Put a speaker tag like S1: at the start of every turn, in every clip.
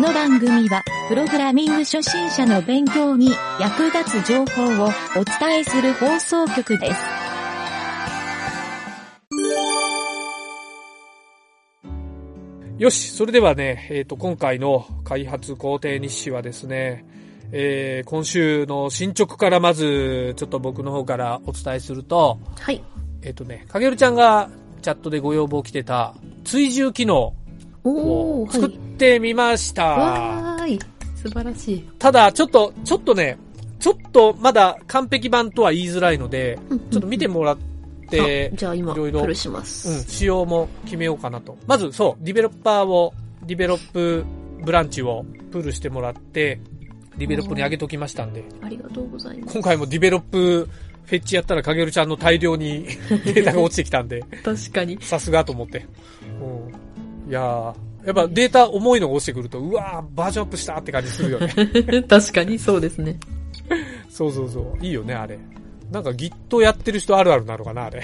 S1: の番組は、プログラミング初心者の勉強に役立つ情報をお伝えする放送局です。
S2: よし、それではね、えっ、と、今回の開発工程日誌はですね、えー今週の進捗からまず、ちょっと僕の方からお伝えすると、
S3: はい。
S2: えっ、とね、かげるちゃんがチャットでご要望来てた、追従機能
S3: お
S2: を
S3: お、
S2: 作ってみました。
S3: はい。わーい。素晴らしい。
S2: ただ、ちょっと、ちょっとね、ちょっとまだ完璧版とは言いづらいので、ちょっと見て
S3: も
S2: もらって、
S3: じゃあ今、
S2: いろいろ
S3: プルしま
S2: うん、
S3: す。
S2: 仕様も決めようかなと。まず、そう、ディベロッパーを、ディベロップブランチをプールしてもらって、ディベロップに上げときましたんで、
S3: ありがとうございます。
S2: 今回もディベロップフェッチやったらかげるちゃんの大量に データが落ちてきたんで、
S3: 確かに。
S2: さすがと思って。うん。いやー、やっぱデータ重いのが落ちてくると、うわー、バージョンアップしたって感じするよ ね。
S3: 確かに、そうですね。
S2: そうそうそう。いいよね、あれ。なんか Git やってる人あるあるなのかな、あれ。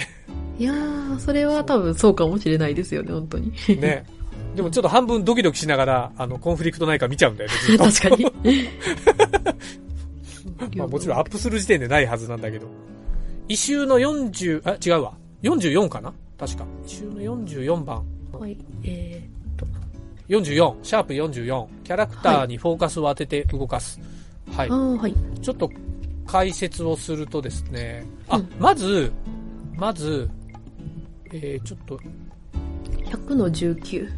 S3: いやー、それは多分そうかもしれないですよね、本当 に。
S2: ね。でもちょっと半分ドキドキしながら、あの、コンフリクトないか見ちゃうんだよね。ずっと
S3: 確かに。
S2: まあもちろんアップする時点でないはずなんだけど。異臭の40、あ、違うわ。44かな確か。異臭の44番。
S3: はい。え
S2: 44、シャープ44。キャラクターにフォーカスを当てて動かす。はい。
S3: ー、あー、はい。
S2: ちょっと解説をするとですね。あ、
S3: うん
S2: まず、まず、えー、ちょっと
S3: 100の19。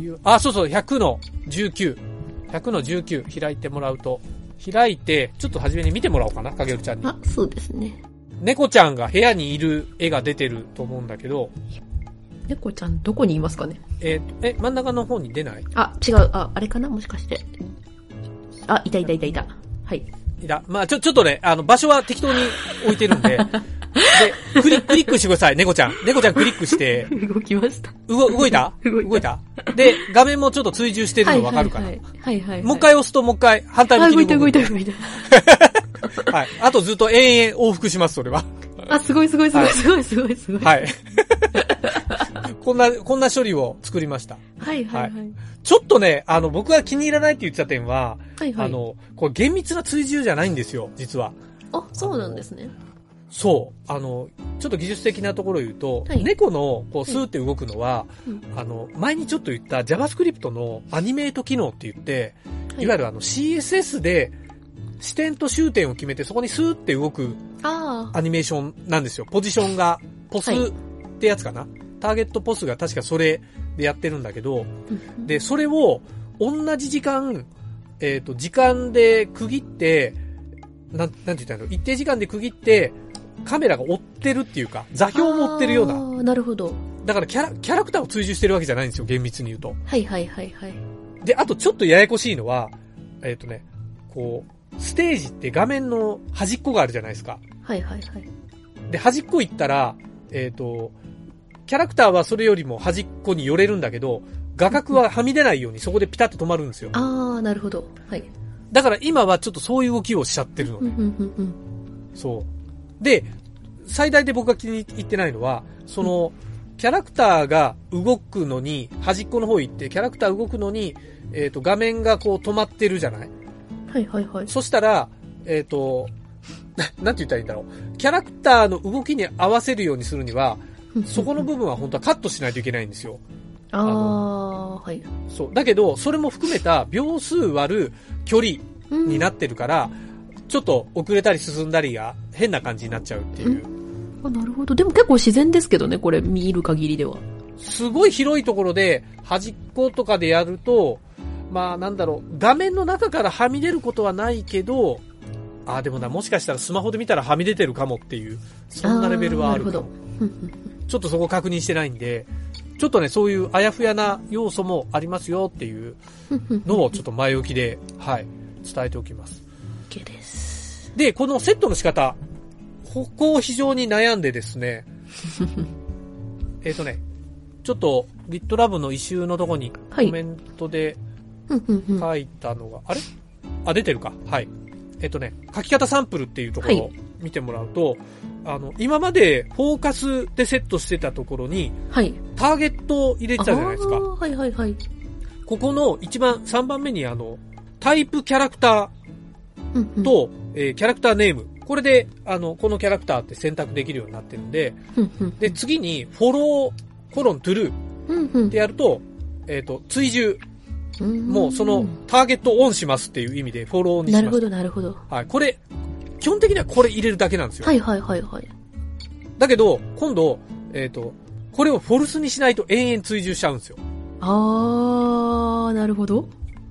S2: いうあ、そうそう、100の19。100の19開いてもらうと。開いて、ちょっと初めに見てもらおうかな、かげるちゃんに。
S3: あ、そうですね。
S2: 猫ちゃんが部屋にいる絵が出てると思うんだけど、
S3: 猫ちゃん、どこにいますかね
S2: えーとえ、真ん中の方に出ない
S3: あ、違う。あ、あれかなもしかして。あ、いたいたいたいた。はい。
S2: いや、まあちょ、ちょっとね、あの、場所は適当に置いて るんで、で、クリクリックしてください、猫ちゃん。猫ちゃんクリッ クして、
S3: 動きました。
S2: うご、動いた
S3: 動いた
S2: で、画面もちょっと追従してるのわかるかな、
S3: はいはいはい。
S2: もう一回押すともう一回、反対
S3: あ、動
S2: 向きに
S3: いた
S2: 動
S3: 動
S2: く
S3: いた動いた。
S2: はい。あとずっと延々往復します、それは。
S3: あ、すごいすごいすごいすごいすごいすごい。
S2: はい。こんな、こんな処理を作りました。
S3: はいはいはい。
S2: ちょっとね、あの、僕が気に入らないって言ってた点は、
S3: はいはい。
S2: あの、これ厳密な追従じゃないんですよ、実は。
S3: あ、そうなんですね。
S2: そう。あの、ちょっと技術的なところを言うと、
S3: はい
S2: 猫の、こう、スーって動くのは、
S3: うん
S2: あの、前にちょっと言った JavaScript のアニメート機能って言って、
S3: はい
S2: いわゆるあの、CSS で、視点と終点を決めて、そこにスーって動く
S3: あ
S2: アニメーションなんですよ。ポジションが、ポス
S3: はい
S2: ってやつかな。ターゲットポスが確かそれでやってるんだけど、
S3: あ。
S2: で、それを同じ時間、えっ、と、時間で区切って、なん、なんて言ったらいいの一定時間で区切って、カメラが追ってるっていうか、座標を持ってるよう
S3: あ
S2: な。
S3: ーなるほど。
S2: だからキャラ、キャラクターを追従してるわけじゃないんですよ、厳密に言うと。
S3: はいはいはいはい。
S2: で、あとちょっとややこしいのは、えっ、とね、こう、ステージって画面の端っこがあるじゃないですか。
S3: はいはいはい。
S2: で、端っこ行ったら、えっ、と、キャラクターはそれよりも端っこに寄れるんだけど、画角ははみ出ないようにそこでピタッと止まるんですよ。
S3: ああ、なるほど。はい。
S2: だから今はちょっとそういう動きをしちゃってるの
S3: うん
S2: ね。
S3: うんうんうん。
S2: そう。で、最大で僕が気に入ってないのは、その、キャラクターが動くのに、端っこの方行って、キャラクター動くのに、えっ、と、画面がこう止まってるじゃない
S3: はいはいはい。
S2: そしたら、えっ、と、ななんて言ったらいいんだろう。キャラクターの動きに合わせるようにするには、そこの部分は本当はカットしないといけないんですよ。
S3: ああ、はい。
S2: そう。だけど、それも含めた秒数割る距離にな
S3: っ
S2: ってるから、ちょっと遅れたり進んだりが変な感じになっちゃうっていう。
S3: あ、なるほど。でも結構自然ですけどね、これ見る限りでは。
S2: すごい広いところで端っことかでやると、まあなんだろう、画面の中からはみ出ることはないけど、ああでもな、もしかしたらスマホで見たらはみ出てるかもっていう、そんなレベルはある
S3: ーな
S2: か
S3: る
S2: も
S3: ほど。うんうん
S2: ちょっとそこ確認してないんで、ちょっとね、そういうあやふやな要素もありますよっていう
S3: うんうん
S2: のをちょっと前置きで、はい、伝えておきます。
S3: OK です。
S2: で、このセットの仕方、ここを非常に悩んでで すね、えっとね、ちょっと GitLab の異臭のとこに
S3: はい
S2: コメントで
S3: うんうんうん
S2: 書いたのが、あれあ、出てるか。はい。えっとね、書き方サンプルっていうところを
S3: は
S2: 見てもらうと、あの、今までフォーカスでセットしてたところに
S3: はい。
S2: ターゲットを入れてたじゃないです
S3: あ
S2: か。
S3: ーはいはいはい。
S2: ここの一番、3番目にあの、タイプキャラクタ
S3: うんう
S2: ー
S3: ん、
S2: と、えーキャラクターネーム。これで、あの、このキャラクターって選択できるようになってるんで、
S3: うんうん、
S2: で、次に、フォロー、コロン、トゥルーっ
S3: うんうん
S2: てやると、えっ、と、追従、
S3: うん、
S2: もうその、ターゲットをオンしますっていう意味で、フォローにし
S3: な
S2: ま
S3: る
S2: す。
S3: ほど、なるほど。
S2: はい。これ、基本的にはこれ入れるだけなんですよ。
S3: はいはいはいはい。
S2: だけど、今度、えっ、と、これをフォルスにしないと延々追従しちゃうんですよ。
S3: あー、なるほど。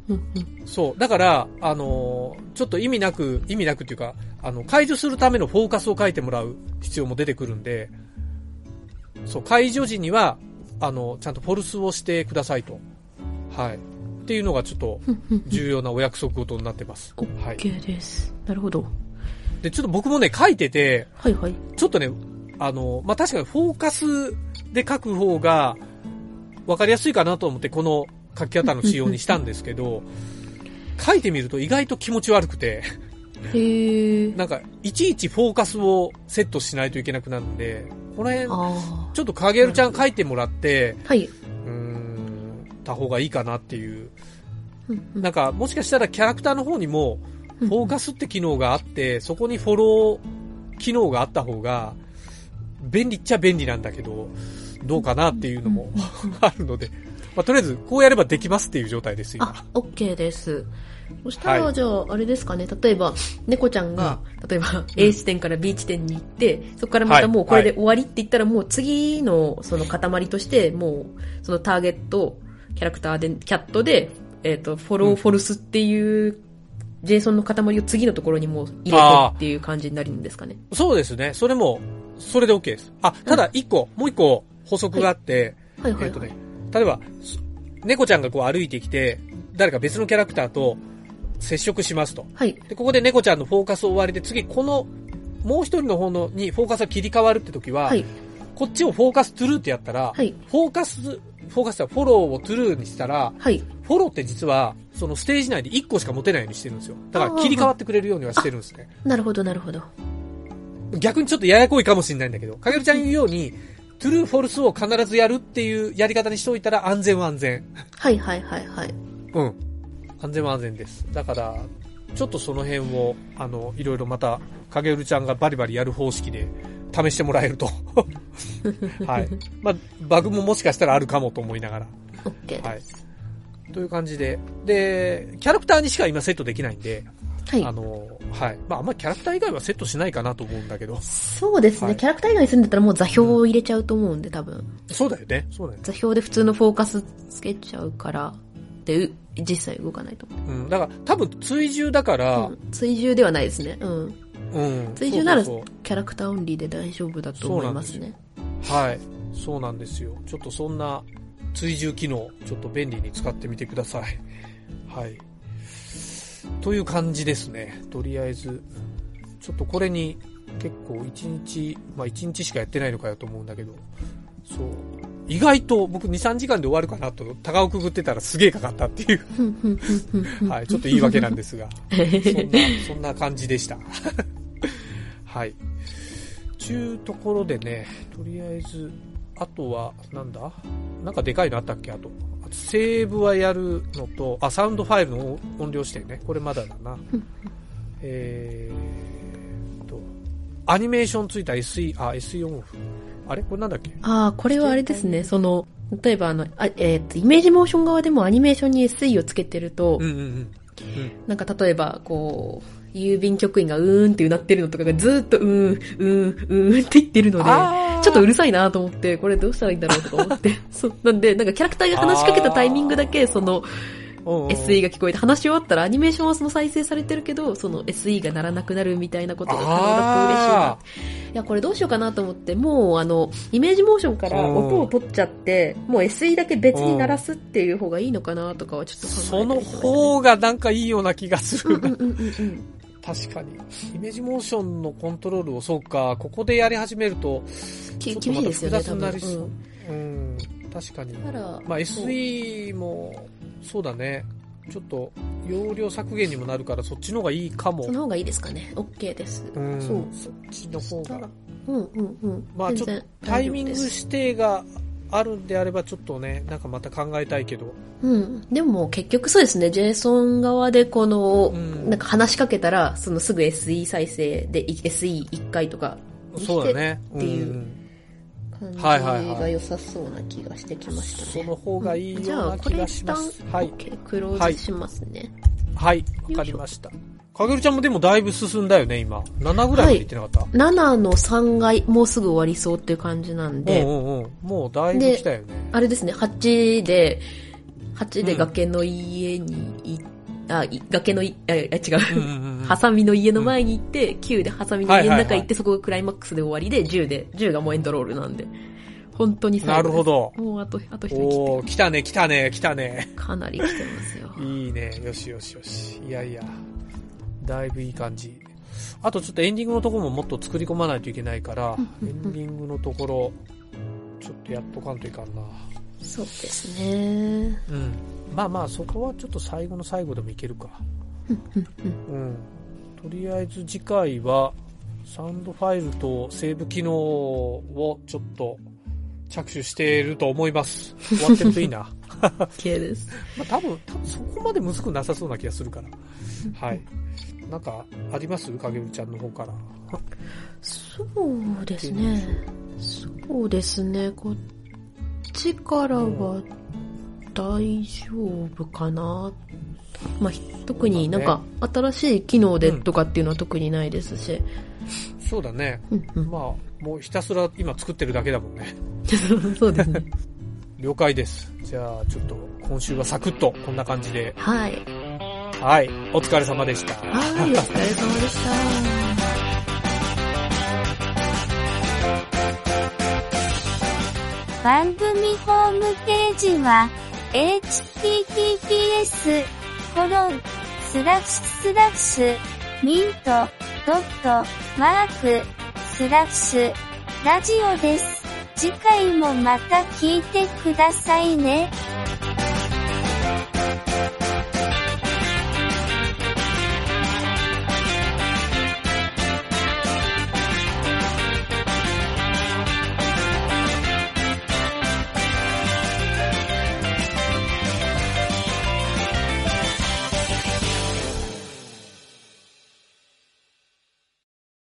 S3: うんうん、
S2: そう。だから、あのーちょっと意味なく、意味なくっていうか、あの、解除するためのフォーカスを書いてもらう必要も出てくるんで、そう、解除時には、あの、ちゃんとフォルスをしてくださいと。はい。っていうのがちょっと、
S3: うんうん、
S2: 重要なお約束事になってます。はい。
S3: OK です。なるほど。
S2: で、ちょっと僕もね、書いてて、
S3: はいはい。
S2: ちょっとね、あの、まあ、確かにフォーカスで書く方が分かりやすいかなと思って、この書き方の仕様にしたんですけど、書いてみると意外と気持ち悪くて、
S3: へー。
S2: なんか、いちいちフォーカスをセットしないといけなくなるんで、この辺、
S3: あ
S2: ちょっとかげるちゃん書いてもらって、
S3: ー。はい。
S2: うーん、た方がいいかなっていう。
S3: うんうん
S2: なんか、もしかしたらキャラクターの方にも、フォーカスって機能があって、そこにフォロー機能があった方が、便利っちゃ便利なんだけど、どうかなっていうのも あるので、まあ、とりあえず、こうやればできますっていう状態です、今。
S3: あ、OK です。そしたら、
S2: はい
S3: じゃあ、あれですかね、例えば、猫ちゃんが、例えば、A 地点から B 地点に行って、そこからま
S2: は
S3: た
S2: い
S3: もうこれで終わりって言ったら、もう次のその塊として、もう、そのターゲット、キャラクターで、キャットで、えっ、と、フォロ
S2: う
S3: ー、
S2: ん
S3: フォルスっていう、JSON の塊を次のところにもう入れてっていう感じになるんですかね。
S2: そうですね。それも、それで OK です。あ、ただ、一個、もう一個、補足があって、
S3: はいは
S2: え
S3: い
S2: っと
S3: はい。
S2: ね、例えば、す猫ちゃんがこう歩いてきて、誰か別のキャラクターと接触しますと。
S3: はい。
S2: で、ここで猫ちゃんのフォーカスを追われて、次、この、もう一人の方のにフォーカスが切り替わるって時は、
S3: はい。
S2: こっちをフォーカストゥルーってやったら、
S3: はい。
S2: フォーカス、フォーカスはフォローをトゥルーにしたら、
S3: はい。
S2: フォローって実は、そのステージ内で1個しか持てないようにしてるんですよ。だか
S3: あ
S2: ら
S3: ー
S2: 切り替わってくれるようにはしてるんですね。
S3: なるほど、なるほど。
S2: 逆にちょっとややこいかもしれないんだけど、かげるちゃん言うように、トゥルー、フォルスを必ずやるっていうやり方にしておいたら安全は安全。
S3: はいはいはいはい。
S2: うん。安全は安全です。だから、ちょっとその辺を、あの、いろいろまた、かげるちゃんがバリバリやる方式で試してもらえると。 はい。まあ、バグももしかしたらあるかもと思いながら。
S3: OK
S2: はい
S3: です。
S2: という感じで。で、キャラクターにしか今セットできないんで、
S3: はい。
S2: あの、はい。まあ、あんまりキャラクター以外はセットしないかなと思うんだけど。
S3: そうですね、
S2: はい
S3: キャラクター以外にするんだったらもう座標を入れちゃうと思うんで、多分。
S2: そうだよね。そうだよね。
S3: 座標で普通のフォーカスつけちゃうから、で、う実際動かないと思う。
S2: うん。だから、多分追従だから
S3: う、ん追従ではないですね。うん。
S2: うん。
S3: 追従なら
S2: そうそう
S3: キャラクターオンリーで大丈夫だと思いますね。
S2: そうはい。そうなんですよ。ちょっとそんな追従機能、ちょっと便利に使ってみてください。はい。という感じですね。とりあえず、ちょっとこれに結構1日、まあ1日しかやってないのかよと思うんだけど、そう。意外と僕2、3時間で終わるかなと、高をくぐってたらすげえかかったっていう、
S3: ふんふんふんふんふん、
S2: はい、ちょっと言い訳なんですが、そんなそんな感じでした。 はい。ちゅうところでね、とりあえず、あとは、なんだなんかでかいのあったっけあと。あとセーブはやるのと、あ、サウンドファイルの音音量指定ね。これまだだ な。えーっと、アニメーションついた SE、あ、SE オンオフ。あれこれなんだっけ
S3: ああ、これはあれですね、その、例えばあの、あえっ、と、イメージモーション側でもアニメーションに SE をつけてると、
S2: うんうんうん。
S3: なんか例えば、こう、郵便局員がうーんってうなってるのとかがずーっとうーん、うーん、うーんって言ってるので、
S2: あー
S3: ちょっとうるさいなと思って、これどうしたらいいんだろうとか思 って。そう。なんで、なんかキャラクターが話しかけたタイミングだけ、その
S2: うんうん
S3: SE が聞こえて、話し終わったらアニメーションはその再生されてるけど、その SE が鳴らなくなるみたいなことが可能だと嬉しいな
S2: あ。
S3: いや、これどうしようかなと思って、もうあの、イメージモーションから音を取っちゃって、もう SE だけ別に鳴らすっていう方がいいのかなとかはちょっと考え
S2: そ
S3: た
S2: の
S3: りしましたね
S2: 方がなんかいいような気がす
S3: うん
S2: る
S3: う
S2: な。
S3: んうんうんうん。
S2: 確かに。イメージモーションのコントロールを、そうか、ここでやり始めると、
S3: き
S2: ちょっ
S3: 厳し
S2: と
S3: いですよ
S2: ま
S3: ね、
S2: た
S3: 多
S2: 複雑に
S3: 分。
S2: なり
S3: う
S2: そう
S3: ん
S2: うん、確かに。
S3: だから、
S2: まあ、
S3: そう
S2: SE も、そうだね。ちょっと、容量削減にもなるから、そっちの方がいいかも
S3: そ。の方がいいですかね。OK です。
S2: うん、
S3: そう
S2: そっちの
S3: し
S2: 方
S3: たら
S2: が。
S3: うんうんうん。
S2: まあ、ちょっと、タイミング
S3: し
S2: 指定があるんであれば、ちょっとね、なんかまた考えたいけど。
S3: うん、でももう結局そうですね、ジェイソン側でこの、
S2: うん
S3: なんか話しかけたら、そのすぐ SE 再生で、い SE1 回とか
S2: そうだね。
S3: っていうん感じ
S2: はいはいはい
S3: が良さそうな気がしてきました
S2: そ
S3: ね。
S2: の方がいい
S3: じ
S2: よ
S3: ゃ
S2: う
S3: あ、
S2: な
S3: こ
S2: 気
S3: れ
S2: が
S3: 一
S2: しま
S3: 旦、
S2: す。はい。
S3: OK クローズしますね。
S2: はい。わかりました。かげるちゃんもでもだいぶ進んだよね、今。7ぐらいまで行ってなかった、
S3: 7の3階、もうすぐ終わりそうっていう感じなんで、
S2: うんうんうん。もうだいぶ来たよね。
S3: あれですね、8で、8で
S2: うん
S3: 崖の家にい、あ、い崖のい、あ、いや違
S2: うん
S3: う。
S2: うんうんうん。
S3: ハサミの家の前に行って、9でハサミの家の
S2: はいは
S3: 中
S2: い
S3: 行
S2: は
S3: っ
S2: い
S3: て、そこがクライマックスで終わりで、10で、10がもうエンドロールなんで。本当に最後
S2: なるほ
S3: ど。
S2: ど。
S3: もうあと、あと一人切
S2: おー、来たね、来たね、来たね。
S3: って、かなり来てます よ。
S2: いいね。よしよしよし。いやいや。だいぶいい感じ。あとちょっとエンディングのところももっと作り込まないといけないから、
S3: う
S2: エ
S3: んうんうん
S2: ンディングのところ、ちょっとやっとかんといかんな。
S3: そうですね。
S2: うん。まあまあ、そこはちょっと最後の最後でもいけるか。うん。とりあえず次回は、サウンドファイルとセーブ機能をちょっと着手していると思います。終わってるといい な。
S3: OK です。
S2: まあ、多分、多分そこまでむずくなさそうな気がするから。はい。なんか、ありますかげるちゃんの方から。
S3: そうですね。そうですね。こっちからは大丈夫かな。まあ、ひ特になんか新しい機能でとかっていうのは特にないですし。
S2: そうだね。
S3: うんうん、
S2: まあ、もうひたすら今作ってるだけだもんね。
S3: そうです ね。
S2: 了解です。じゃあ、ちょっと今週はサクッとこんな感じで。
S3: はい。
S2: はい。お疲れ様でした。
S3: はい、お疲れ様でした。
S4: 番組ホームページは、https, コロン、スラッシュスラッシュ、ミント、ドット、マーク、スラッシュ、ラジオです。次回もまた聞いてくださいね。